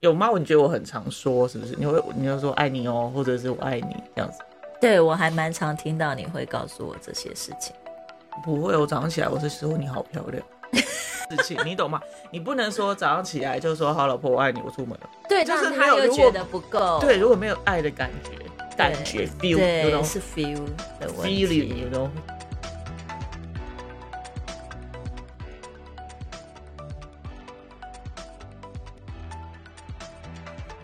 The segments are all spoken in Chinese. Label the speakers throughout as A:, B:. A: 有吗？你觉得我很常说是不是？你会你会说爱你哦，或者是我爱你这样子？
B: 对我还蛮常听到你会告诉我这些事情。
A: 不会，我早上起来我是说你好漂亮 事情，你懂吗？你不能说早上起来就说好老婆我爱你，我出门了。
B: 对，
A: 就是
B: 让
A: 没
B: 他
A: 有
B: 又
A: 如
B: 觉
A: 果
B: 得不够，
A: 对，如果没有爱的感觉，感觉 feel，
B: 哦对
A: 有种
B: 是 feel 的问题。
A: feeling，有种。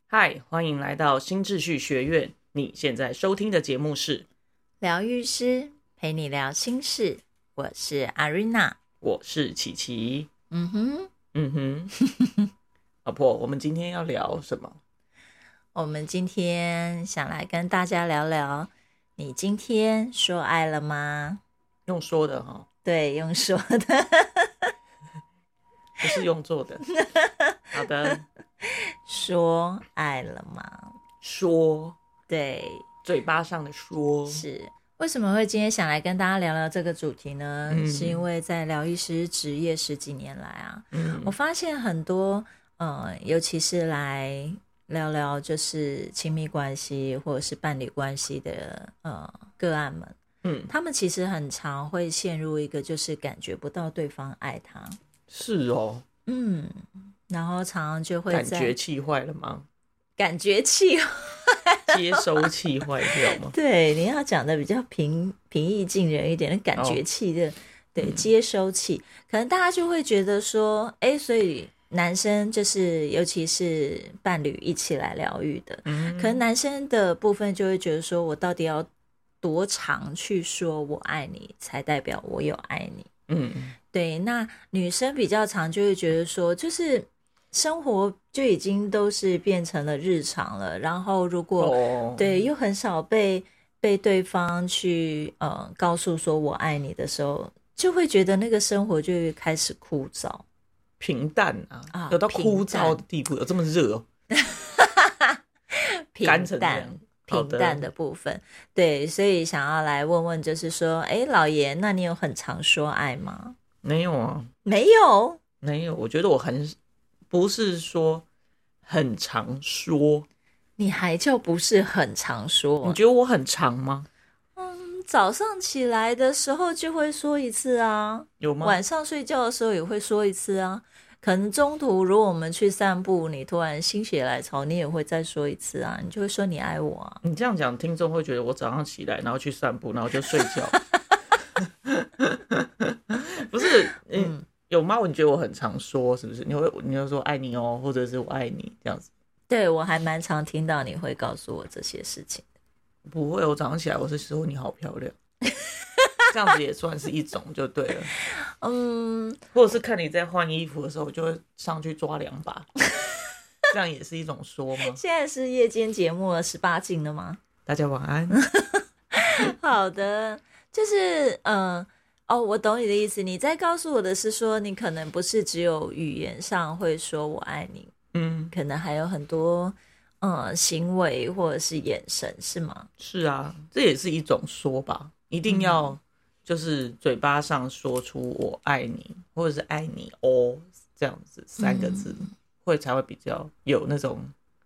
A: 嗨，欢迎来到新秩序学院。你现在收听的节目是，
B: 疗愈师陪你聊心事，我是 Arena。
A: 我是琪琪。
B: 嗯哼，
A: 嗯哼， 老婆，我们今天要聊什么？
B: 我们今天想来跟大家聊聊，你今天说爱了吗？
A: 用说的哈，
B: 对，用说的，
A: 不是用做的。好的，
B: 说爱了吗？
A: 说，
B: 对，
A: 嘴巴上的说，
B: 是为什么会今天想来跟大家聊聊这个主题呢？
A: 嗯
B: 是因为在疗愈师职业十几年来啊，
A: 嗯
B: 我发现很多，呃，尤其是来聊聊就是亲密关系或者是伴侣关系的呃个案们，
A: 嗯，
B: 他们其实很常会陷入一个就是感觉不到对方爱他，
A: 是哦，
B: 嗯，然后常常就会
A: 感
B: 在
A: 觉气坏了吗？
B: 感觉气候，？
A: 接收器坏掉吗
B: 对，你要讲的比较平平易近人一点，感觉
A: 哦嗯
B: 气的，对，接收器，可能大家就会觉得说，哎，所以男生就是尤其是伴侣一起来疗愈的，
A: 嗯，
B: 可能男生的部分就会觉得说，我到底要多长去说我爱你，才代表我有爱你？
A: 嗯，
B: 对，那女生比较常就会觉得说，就是生活就已经都是变成了日常了，然后如果、
A: 哦，
B: 对又很少被被对方去呃告诉说我爱你的时候，就会觉得那个生活就会开始枯燥。
A: 平淡啊
B: 啊，
A: 有到
B: 平
A: 枯燥的地步，有这么热哦？
B: 平
A: 干成这样
B: 淡
A: 好
B: 平
A: 的
B: 淡的部分。对，所以想要来问问，就是说，哎，老爷，那你有很常说爱吗？
A: 没有啊，
B: 没有，
A: 没有，我觉得我很不是说很常说，
B: 你还就不是很常
A: 你
B: 说。
A: 觉得我很长吗？
B: 早上起来的时候就会说一次啊，
A: 有吗？
B: 晚上睡觉的时候也会说一次啊。可能中途如果我们去散步，你突然心血来潮，你也会再说一次啊，你就会说你爱我啊。
A: 你这样讲，听众会觉得我早上起来，然后去散步，然后就睡 觉。不是，嗯，有吗？你觉得我很常说，是不是？你会，你会说爱你哦，或者是我爱你这样子？
B: 对我还蛮常听到你会告诉我这些事情。
A: 不会，我早上起来我是说你好漂 亮，这样子也算是一种就对了。
B: 嗯，
A: 或者是看你在换衣服的时候，我就会上去抓两 把，这样也是一种说 吗？
B: 现在是夜间节目了，十八禁了吗？
A: 大家晚安。
B: 好的，就是嗯。哦，我懂你的意思。你在告诉我的是说，你可能不是只有语言上会说我爱你，
A: 嗯，
B: 可能还有很多嗯行为或者是眼神，是吗？
A: 是啊，这也是一种说吧，一定要
B: 嗯
A: 就是嘴巴上说出我爱你，或者是爱你哦，这样子三个字、
B: 嗯
A: 会才会比较有那种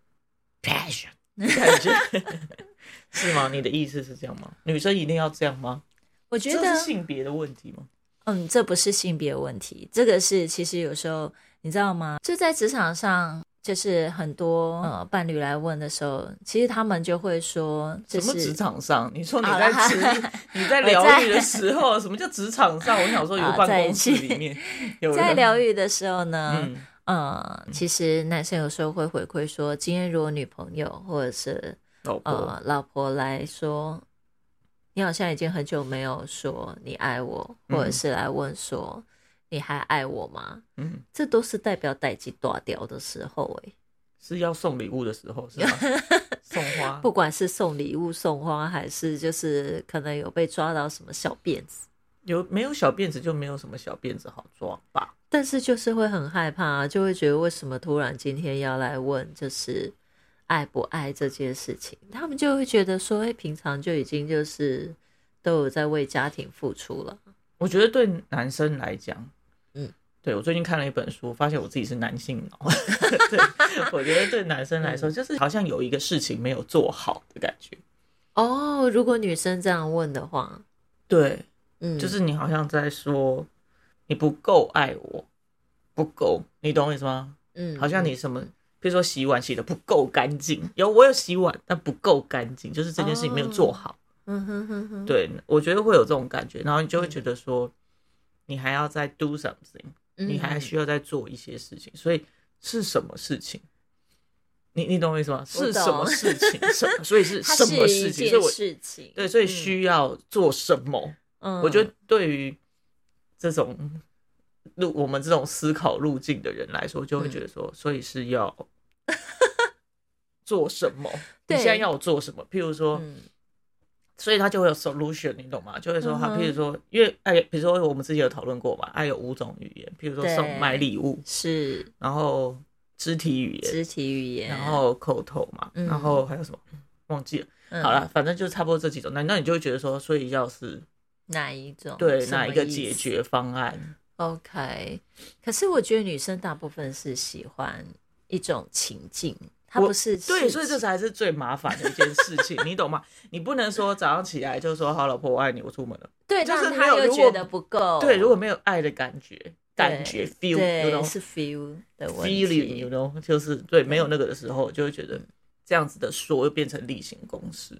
A: passion 感觉。是吗？你的意思是这样吗？女生一定要这样吗？
B: 我觉
A: 这
B: 得
A: 是，性别的问题吗？
B: 嗯，这不是性别问题，这个是其实有时候你知道吗？就在职场上，就是很多呃伴侣来问的时候，其实他们就会说，就
A: 什么职
B: 是
A: 场上？你说你
B: 好
A: 在
B: 啦
A: 职你在
B: 我
A: 疗
B: 在
A: 愈的时候，什么叫职场上？我想说有
B: 啊
A: 办
B: 在
A: 公
B: 一
A: 室
B: 起
A: 里 面有人啊
B: 在疗愈的时候呢，
A: 嗯
B: 呃，其实男生有时候会回馈说，今天如果女朋友或者是
A: 老婆
B: 呃老婆来说，你好像已经很久没有说你爱我，
A: 嗯
B: 或者是来问说你还爱我吗？
A: 嗯
B: 这都是代表代际断掉的时候哎、
A: 是要送礼物的时候是 吗？送花
B: 不管是送礼物、送花，还是就是可能有被抓到什么小辫子，
A: 有没有小辫子就没有什么小辫子好抓吧？
B: 但是就是会很害怕、啊就会觉得为什么突然今天要来问，就是爱不爱这件事情，他们就会觉得说，哎、平常就已经就是都有在为家庭付出了，
A: 我觉得对男生来讲，
B: 嗯，
A: 对我最近看了一本书，发现我自己是男性 脑。对，我觉得对男生
B: 嗯
A: 来说，就是好像有一个事情没有做好的感觉。
B: 哦，如果女生这样问的话，
A: 对，
B: 嗯，
A: 就是你好像在说你不够爱我，不够，你懂我意思吗？
B: 嗯，
A: 好像
B: 嗯
A: 你什么，比如说洗碗洗的不够干净，有我有洗碗，但不够干净，就是这件事情没
B: 哦
A: 有做好。
B: 嗯哼哼哼，
A: 对，我觉得会有这种感觉，然后你就会觉得说，你还要再 do something，
B: 嗯，
A: 你还需要再做一些事情，所以是什么事情？你你懂我意思吗？
B: 我
A: 是什么
B: 懂
A: 事 情？什么？所以是
B: 它
A: 什么
B: 是一
A: 事情？所
B: 件
A: 以我
B: 事情，
A: 对，所以
B: 嗯，
A: 需要做什么？
B: 嗯
A: 我觉得对于这种路我们这种思考路径的人来说，就
B: 嗯
A: 会觉得说，所以是要 做什么？你
B: 对
A: 现在要我做什么？譬如说，
B: 嗯
A: 所以他就会有 solution，你懂吗？就会说他，
B: 嗯哼
A: 譬如说，因为哎，比如说我们之前有讨论过嘛，爱有五种语言，譬如说
B: 对
A: 送买礼物，
B: 是
A: 然后肢体语言，
B: 肢体语言，
A: 然后口头嘛，
B: 嗯
A: 然后还有什么忘记了？
B: 嗯
A: 好了，，反正就差不多这几种。那那你就会觉得说，所以要是
B: 哪一种？
A: 对
B: 哦什么
A: 哪一个
B: 意
A: 解
B: 思
A: 决方案？
B: ？OK，可是我觉得女生大部分是喜欢一种情境，她
A: 我
B: 不是
A: 对，
B: 事
A: 所以这
B: 情
A: 才是最麻烦的一件事情，你懂吗？你不能说早上起来就说“好，老婆，我爱你，我出门了
B: 对，
A: 就是
B: 让
A: 没
B: 她
A: 有
B: 又
A: 如
B: 觉
A: 果
B: 得不够。”。
A: 对，如果没有爱的感觉，感
B: 哦对
A: 觉 feel，you
B: 对
A: know
B: 是 feel 的问题
A: feeling，you know，就是对没有那个的时候，就会觉得这样子的说又变成例行公事，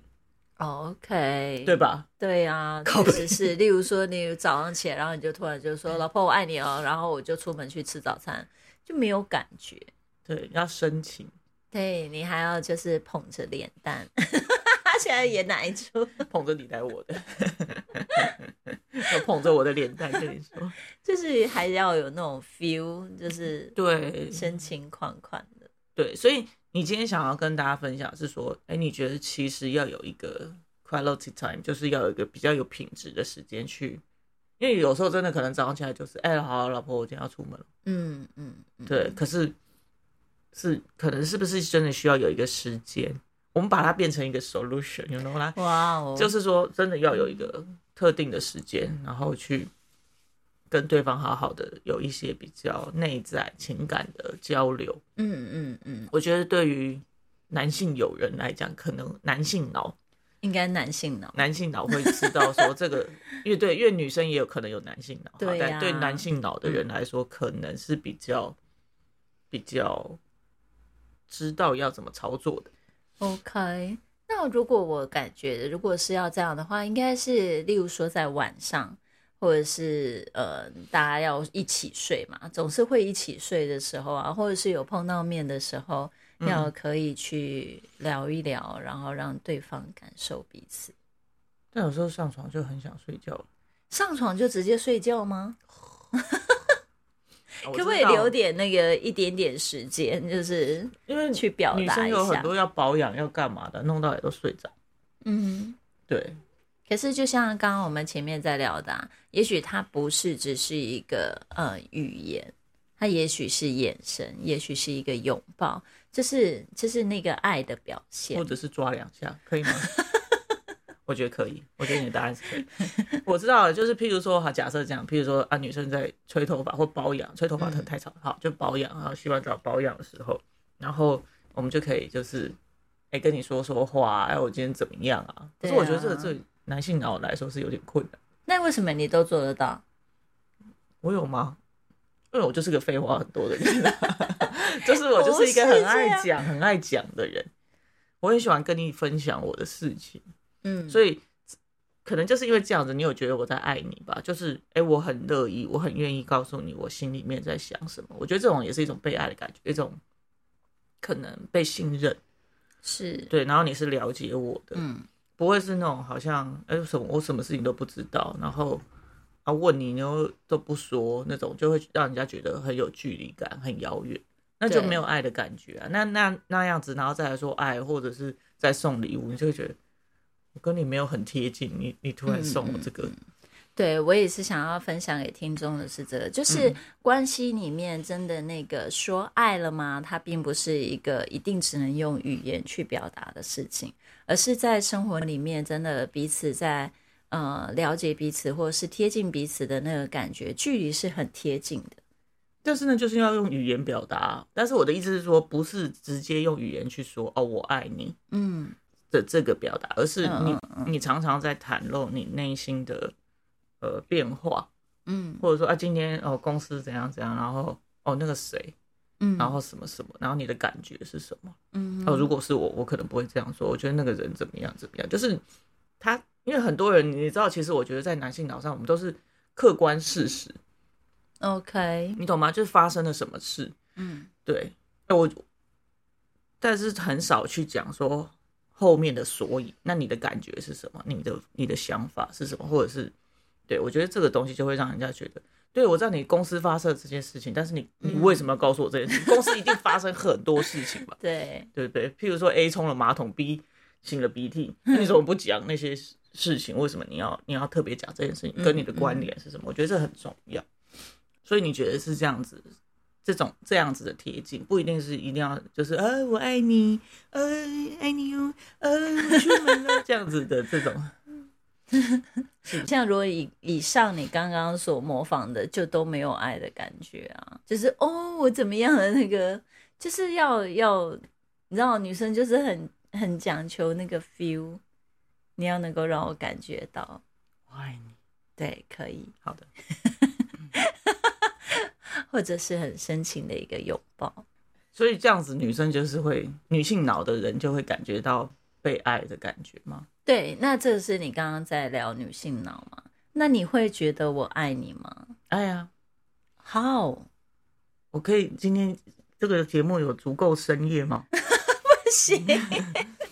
B: 哦 OK，
A: 对吧？
B: 对啊，
A: 靠
B: 确
A: 北
B: 实是。例如说，你早上起来，然后你就突然就说“老婆，我爱你哦”，然后我就出门去吃早餐，就没有感觉。
A: 对，要深情。
B: 对你还要就是捧着脸蛋， 现在演哪一出？
A: 捧着你来我的， 我捧着我的脸蛋跟你说，
B: 就是还要有那种 feel，就是
A: 对
B: 深情款款的。
A: 对，所以你今天想要跟大家分享是说，哎、你觉得其实要有一个 quality time，就是要有一个比较有品质的时间去，因为有时候真的可能早上起来就是，哎、好，老婆，我今天要出门了，
B: 嗯嗯，嗯
A: 对，可是是可能是不是真的需要有一个时间，我们把它变成一个 solution，you know 啦，
B: 哇哦，
A: 就是是说真的要有一个特定的时间，然后去跟对方好好的有一些比较内在情感的交流。
B: 嗯嗯嗯，
A: 我觉得对于男性友人来讲，可能男性脑
B: 应该男性脑。
A: 男性脑会知道说这 个，因为对，因为女生也有可能有男性脑，好
B: 对呀
A: 但对男性脑的人来说，可能是比较比较知道要怎么操作的。
B: OK，那如果我感觉如果是要这样的话，应该是例如说在晚上，或者是呃大家要一起睡嘛，总是会一起睡的时候啊，或者是有碰到面的时候，要可以去聊一聊，然后让对方感受彼此。
A: 但有时候上床就很想睡觉了，
B: 上床就直接睡觉吗？
A: 可
B: 可不可以留？点那个一点点时间，就是
A: 因为
B: 去表
A: 嗯女
B: 达
A: 生
B: 一
A: 有很
B: 下？
A: 多要保养要干嘛的，弄到也都睡着。
B: 嗯。
A: 对，
B: 可是，就像刚刚我们前面在聊的、啊，也许它不是只是一个呃语言，它也许是眼神，也许是一个拥抱，就是就是那个爱的表现
A: 或。者是抓两下，可以 吗？我觉得可以，我觉得你的答案是可以。我知道了，就是譬如说，好，假设讲，譬如说啊，女生在吹头发或保养，吹头发可能太吵，好，就保养啊，洗完澡保养的时候，然后我们就可以就是，哎、跟你说说话啊，哎、我今天怎么样啊？可是
B: 对啊
A: 我觉得这个对男性脑来说是有点困难。
B: 那为什么你都做得到？
A: 我有吗？因为我就是个废话很多的人、啊 就是我就是一个很爱
B: 不是啊
A: 讲、很爱讲的人。我很喜欢跟你分享我的事情，
B: 嗯，
A: 所以可能就是因为这样子，你有觉得我在爱你吧？就是哎、诶我很乐意，我很愿意告诉你我心里面在想什么。我觉得这种也是一种被爱的感觉，一种可能被信任，
B: 是，
A: 对，然后你是了解我的，
B: 嗯，
A: 不会是那种好像哎、什么我什么事情都不知道，然后啊问你你又都不说那种，就会让人家觉得很有距离感，很遥远，那就
B: 对
A: 没有爱的感觉啊。那那那样子，然后再来说爱，或者是再送礼物，你就会觉得我跟你没有很贴近，你你突然送我这
B: 嗯
A: 个，
B: 对我也是想要分享给听众的是这个，
A: 嗯
B: 就是关系里面真的那个说爱了吗？它并不是一个一定只能用语言去表达的事情，而是在生活里面真的彼此在呃了解彼此或是贴近彼此的那个感觉，距离是很贴近的。
A: 但是呢，就是要用语言表达。啊但是我的意思是说，不是直接用语言去说“哦，我爱你
B: 嗯”
A: 的这个表达，而是你
B: 嗯
A: 你常常在袒露你内心的呃变化，
B: 嗯
A: 或者说啊，今天哦公司怎样怎样，然后哦那个谁，
B: 嗯，
A: 然后什么什么，然后你的感觉是什么？
B: 嗯
A: 哦，如果是我，我可能不会这样说。我觉得那个人怎么样怎么样，就是他，因为很多人你知道，其实我觉得在男性脑上，我们都是客观事实，
B: OK，
A: 你懂吗？就是发生了什么事，
B: 嗯
A: 对，哎我但是很少去讲说后面的所以，那你的感觉是什么？你的你的想法是什么？或者是对我觉得这个东西就会让人家觉得，对我知道你公司发生了这件事情，但是你你
B: 嗯
A: 为什么要告诉我这件事？公司一定发生很多事情吧？
B: 对，
A: 对不对？譬如说 A 冲了马桶，B 擤了鼻涕，那你怎么不讲那些事事情？为什么你要你要特别讲这件事情？跟你的关联是什么？我觉得这很重要。所以你觉得是这样子，这种这样子的贴近，不一定是一定要就是呃我爱你，呃爱你哟，呃我出门了这样子的这种，
B: 像如果以以上你刚刚所模仿的，就都没有爱的感觉啊，就是哦，我怎么样的那个，就是要要，你知道，女生就是很很讲求那个 feel，你要能够让我感觉到，
A: 我爱你。
B: 对，可以，
A: 好的，
B: 或者是很深情的一个拥抱，
A: 所以这样子女生就是会女性脑的人就会感觉到被爱的感觉吗？
B: 对，那这是你刚刚在聊女性脑嘛？那你会觉得我爱你吗
A: 爱哎呀，
B: ？How？
A: 我可以今天这个节目有足够深夜吗？
B: 行，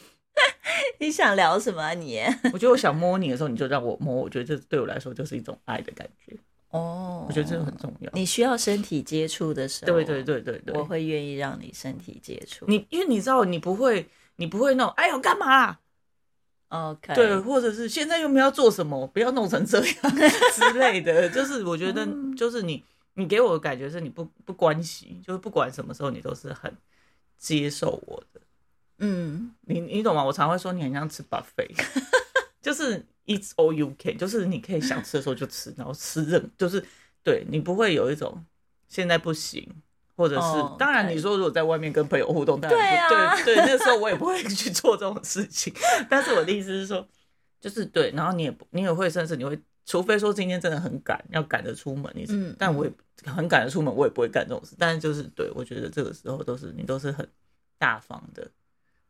B: 你想聊什么啊你？
A: 我觉得我想摸你的时候，你就让我摸，我觉得这对我来说就是一种爱的感觉。
B: 哦，
A: 我觉得这个很重要。
B: 你需要身体接触的时候，啊
A: 对对，对对对，
B: 我会愿意让你身体接触。
A: 你因为你知道你不会，你不会弄，哎呦干嘛、啊？
B: OK，
A: 对，或者是现在又没有做什么，不要弄成这样 之类的。就是我觉得，
B: 嗯
A: 就是你你给我的感觉是你不不关心，就是不管什么时候你都是很接受我的。
B: 嗯，
A: 你你懂吗？我常会说你很像吃 buffet，就是 it's all you can，就是你可以想吃的时候就吃，然后吃任就是对你不会有一种现在不行，或者是、
B: 哦
A: 当然
B: 对
A: 你说如果在外面跟朋友互动，当然
B: 对啊
A: 不对对，那时候我也不会去做这种事情。 但是我的意思是说，就是对，然后你也不你也会，甚至你会，除非说今天真的很赶，要赶着出门，你是，
B: 嗯
A: 但我也很赶着出门，我也不会干这种事。但是就是对我觉得这个时候都是你都是很大方的，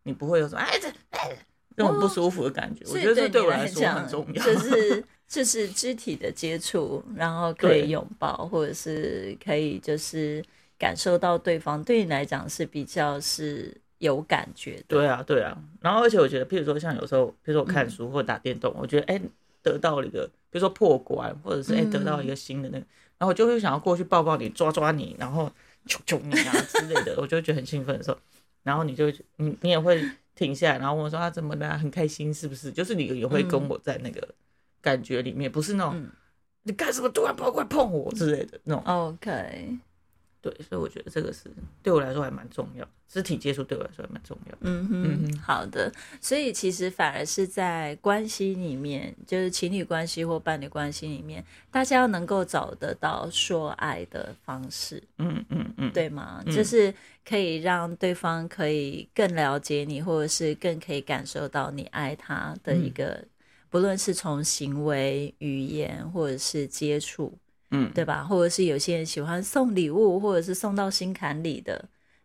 A: 你不会有什么哎这哎这种不舒服的感觉。我
B: 哦所以
A: 觉得这
B: 你
A: 对我
B: 来
A: 来说
B: 讲
A: 很重要。
B: 就是 就是肢体的接触，然后可以
A: 对
B: 拥抱，或者是可以就是感受到对方，对你来讲是比较是有感觉的。
A: 对啊，对啊。然后而且我觉得，譬如说像有时候，譬如说我
B: 嗯
A: 看书或打电动，我觉得哎、得到了一个，比如说破关，或者是哎、
B: 嗯
A: 得到一个新的那个，然后我就会想要过去抱抱你、抓抓你，然 后求求你啊之类的，我就会觉得很兴奋的时候，然后你就会觉你你也会停下来，然后问我说啊怎么啦，很开心是不是？就是你也会跟我在那个感觉里面，不是那种、
B: 嗯
A: 你干什么突然跑过来碰我之类的那种。
B: OK，
A: 对，所以我觉得这个是对我来说还蛮重要的，肢体接触对我来说还蛮重要的。嗯
B: 嗯哼
A: 哼，
B: 好的。所以其实反而是在关系里面，就是情侣关系或伴侣关系里面，大家要能够找得到说爱的方式，
A: 嗯嗯嗯，
B: 对吗？
A: 嗯
B: 就是可以让对方可以更了解你，或者是更可以感受到你爱他的
A: 嗯
B: 一个，不论是从行为、语言或者是接触，
A: 嗯，
B: 对吧？或者是有些人喜欢送礼物，或者是送到心坎里的。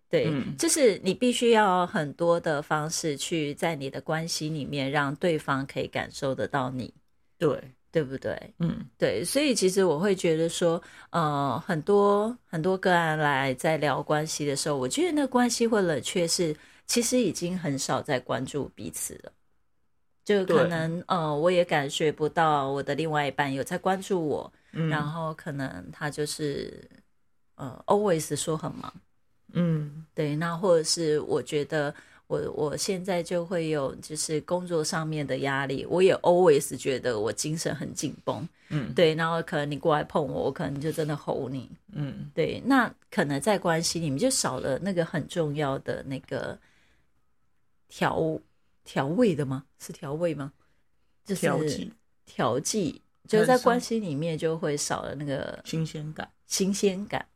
B: 对，
A: 嗯
B: 就是你必须要很多的方式去在你的关系里面让对方可以感受得到你，
A: 对，
B: 对不对？
A: 嗯。
B: 对，所以其实我会觉得说，呃，很多很多个案来在聊关系的时候，我觉得那关系会冷却是，其实已经很少在关注彼此了。就可
A: 对
B: 能呃，我也感觉不到我的另外一半有在关注我，
A: 嗯
B: 然后可能他就是呃，always 说很忙，
A: 嗯
B: 对，那或者是我觉得我我现在就会有就是工作上面的压力，我也 always 觉得我精神很紧绷，
A: 嗯
B: 对，然后可能你过来碰我，我可能就真的吼你，
A: 嗯，
B: 对，那可能在关系里面就少了那个很重要的那个调调味的吗？是调味吗？就是
A: 调剂
B: 调剂，就
A: 很
B: 在
A: 少
B: 关系里面就会少了那个
A: 新鲜感，
B: 新鲜感。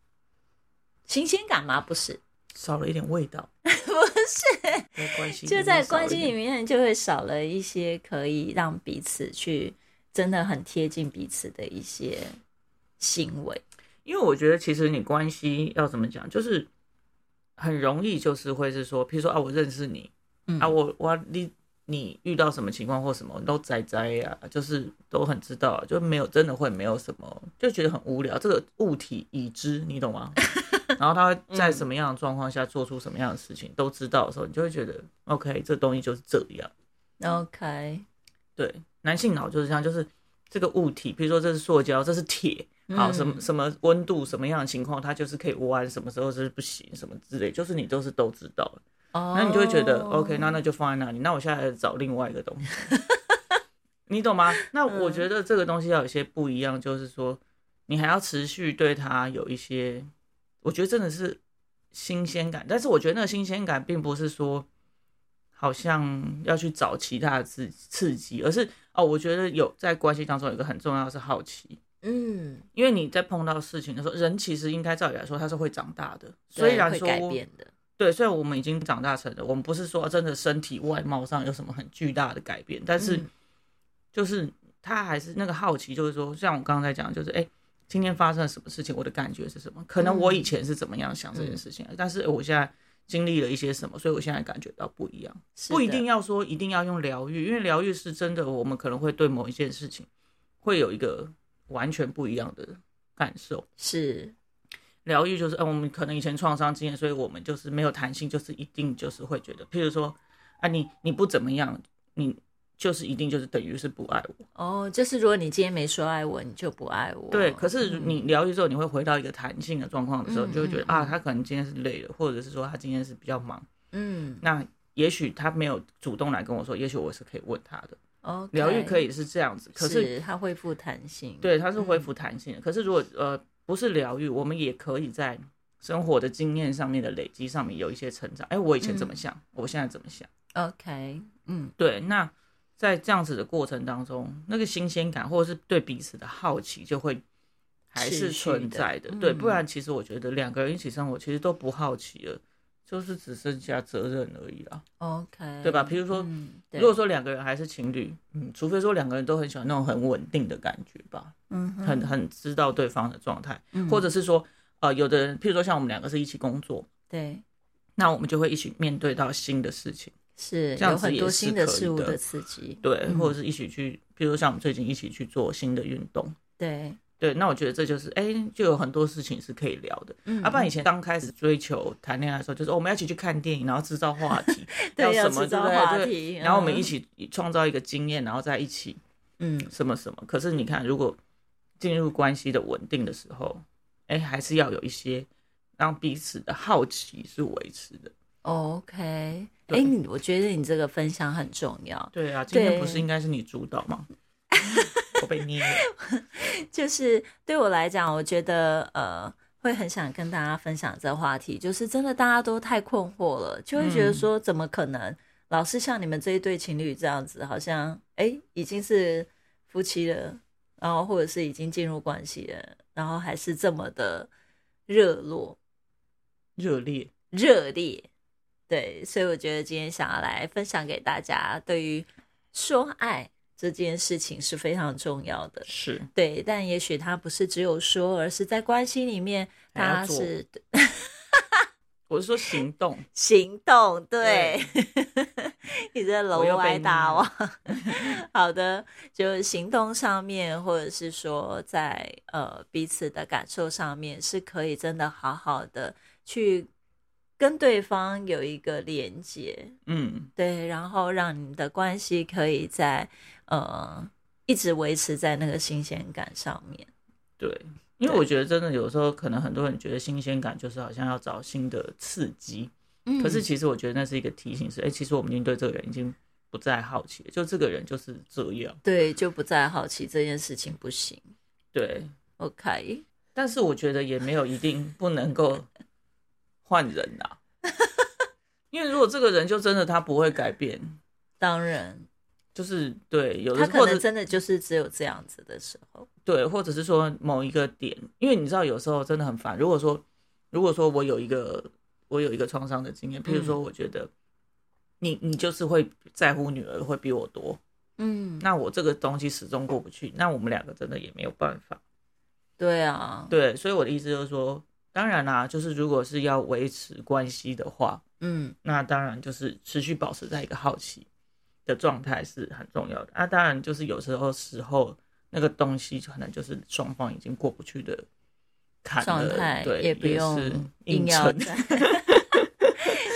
B: 新鲜感吗？不是，
A: 少了一点味道，
B: 不是，
A: 在关系里
B: 就
A: 面
B: 在
A: 少了
B: 关系
A: 一
B: 里
A: 点
B: 面就会少了一些可以让彼此去真的很贴近彼此的一些行为。
A: 因为我觉得其实你关系要怎么讲，就是很容易就是会是说，譬如说啊，我认识你
B: 嗯
A: 啊，我我你你遇到什么情况或什么你都仔仔呀，就是都很知道，啊就没有真的会没有什么，就觉得很无聊。这个物体已知，你懂吗？然后他会在什么样的状况下做出什么样的事情都知道的时候，你就会觉得 OK，这东西就是这样。
B: OK，
A: 对，男性脑就是这样，就是这个物体，比如说这是塑胶，这是铁，好，什么什么温度，什么样的情况，它就是可以弯，什么时候是不行，什么之类，就是你都是都知道的，
B: 哦，
A: 那你就会觉得、OK，那那就放在那里，那我现在来找另外一个东 西，你懂吗？那
B: 嗯
A: 我觉得这个东西要有一些不一样，就是说你还要持续对它有一些，我觉得真的是新鲜感，但是我觉得那个新鲜感并不是说。好像要去找其他的刺刺激，而是哦，我觉得有在关系当中有一个很重要的是好奇，
B: 嗯，
A: 因为你在碰到事情的时候，人其实应该照理来说他是会长大的，
B: 对
A: 虽然
B: 会
A: 说
B: 改变的，
A: 对，虽然我们已经长大成人，我们不是说真的身体外貌上有什么很巨大的改变，但是
B: 嗯
A: 就是他还是那个好奇，就是说像我刚才讲，就是哎、诶今天发生了什么事情，我的感觉是什么？可能
B: 嗯
A: 我以前是怎么样想这件事情，但是我现在经历了一些什么，所以我现在感觉到不一样。
B: 是
A: 不一
B: 的
A: 定要说一定要用疗愈，因为疗愈是真的，我们可能会对某一件事情会有一个完全不一样的感受。
B: 是
A: 疗愈就是，嗯、我们可能以前创伤经验，所以我们就是没有弹性，就是一定就是会觉得，譬如说，啊，你你不怎么样，你就是一定就是等于是不爱我。
B: 哦，就是如果你今天没说爱我，你就不爱我。
A: 对，可是你疗愈之后，你会回到一个弹性的状况的时候，
B: 嗯
A: 你就会觉得
B: 嗯
A: 啊，他可能今天是累了，或者是说他今天是比较忙，
B: 嗯，
A: 那也许他没有主动来跟我说，也许我是可以问他的。
B: 哦，
A: 疗愈可
B: 以，
A: 以是这样子，可是
B: 是它恢复弹性。，
A: 对，它是恢
B: 嗯
A: 复弹性的。可是如果呃不是疗愈，我们也可以在生活的经验上面的累积上面有一些成长。哎、我以前
B: 嗯
A: 怎么想，我现在怎么想？
B: OK，嗯
A: 对，那在这样子的过程当中，那个新鲜感或者是对彼此的好奇就会还
B: 持
A: 是
B: 续
A: 存
B: 的
A: 在的。对，不
B: 嗯
A: 然其实我觉得两个人一起生活，其实都不好奇了，就是只剩下责任而已啦。
B: ，OK，
A: 对吧比如说
B: 嗯，对
A: 如果说两个人还是情侣，嗯，除非说两个人都很喜欢那种很稳定的感觉吧，
B: 嗯哼
A: 很很知道对方的状态。
B: 嗯
A: 或者是说，呃，有的人，譬如说像我们两个是一起工作，
B: 对，
A: 那我们就会一起面对到新的事情，
B: 是
A: 这样
B: 有
A: 子
B: 很
A: 也
B: 多
A: 是
B: 新的
A: 可以
B: 事物
A: 的
B: 的刺激。
A: 对，
B: 嗯
A: 或者是一起去，譬如说像我们最近一起去做新的运动，
B: 对，
A: 对，那我觉得这就是，哎、就有很多事情是可以聊的。
B: 嗯，
A: 阿爸以前刚开始追求谈恋爱的时候，就是、哦我们要一起去看电影，然后制造话题
B: 对
A: 要什么
B: 要制
A: 对
B: 造
A: 不对
B: 话
A: 对
B: 题
A: 然后我们
B: 嗯
A: 一起创造一个经验，然后在一起
B: 嗯，
A: 什么什么。可是你看，如果进入关系的稳定的时候，哎、还是要有一些让彼此的好奇是维持的。
B: OK，哎、
A: 对
B: 你我觉得你这个分享很重要，
A: 对啊，今天不
B: 对
A: 是应该是你主导吗？嗯我被捏了。
B: 就是对我来讲，我觉得呃，会很想跟大家分享这话题，就是真的大家都太困惑了，就会觉得
A: 嗯
B: 说，怎么可能？老是像你们这一对情侣这样子，好像哎、已经是夫妻了，然后或者是已经进入关系了，然后还是这么的热络，
A: 热烈，
B: 热烈。对，所以我觉得今天想要来分享给大家，对于说爱这件事情是非常重要的。
A: 是
B: 对，但也许他不是只有说，而是在关系里面，
A: 还要
B: 他
A: 做
B: 是
A: 我是说行动，
B: 行动。对， 你这
A: 我
B: 楼
A: 又被
B: 歪打
A: 虐
B: 王。 好的，就是行动上面，或者是说在呃彼此的感受上面，是可以真的好好的去跟对方有一个连接。
A: 嗯，
B: 对，然后让你的关系可以在呃一直维持在那个新鲜感上面。
A: 对，因为
B: 对
A: 我觉得真的有时候可能很多人觉得新鲜感就是好像要找新的刺激，
B: 嗯
A: 可是其实我觉得那是一个提醒是，哎、其实我们已经对这个人已经不再好奇了，就这个人就是这样，
B: 对就不再好奇这件事情不行。
A: 对。
B: OK，
A: 但是我觉得也没有一定不能够换人 呐、因为如果这个人就真的他不会改变，
B: 当然，
A: 就是对，有的
B: 他
A: 或
B: 可
A: 者
B: 能真的就是只有这样子的时候。
A: 对，或者是说某一个点，因为你知道有时候真的很烦。如果说如果说我有一个我有一个创伤的经验，譬如说，我觉得你你就是会在乎女儿会比我多，
B: 嗯，
A: 那我这个东西始终过不去，那我们两个真的也没有办法。
B: 对啊，
A: 对，所以我的意思就是说，当然啦，就是如果是要维持关系的话，
B: 嗯
A: 那当然就是持续保持在一个好奇的状态是很重要的。那、当然就是有时候时候那个东西可能就是双方已经过不去的坎
B: 状
A: 了，
B: 态
A: 对，
B: 也不
A: 是
B: 用
A: 硬
B: 硬要
A: 撑。
B: 在，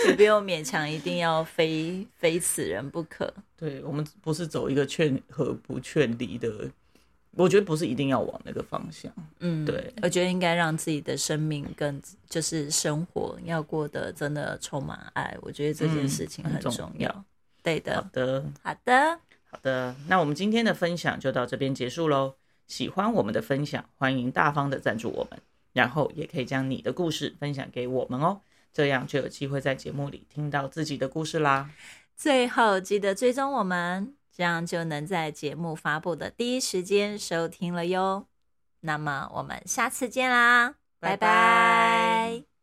B: 也不用勉强一定要非非此人不可。
A: 对我们不是走一个劝和不劝离的，我觉得不是一定要往那个方向。
B: 嗯，
A: 对，
B: 我觉得应该让自己的生命更就是生活要过得真的充满爱，我觉得这件
A: 嗯
B: 事情
A: 很
B: 很
A: 重
B: 重
A: 要
B: 要。对
A: 好
B: 的，
A: 的，
B: 好的，
A: 好的，那我们今天的分享就到这边结束喽。喜欢我们的分享，欢迎大方的赞助我们，然后也可以将你的故事分享给我们哦，这样就有机会在节目里听到自己的故事啦。
B: 最后记得追踪我们，这样就能在节目发布的第一时间收听了哟。那么我们下次见啦，
A: 拜
B: 拜
A: 拜
B: 拜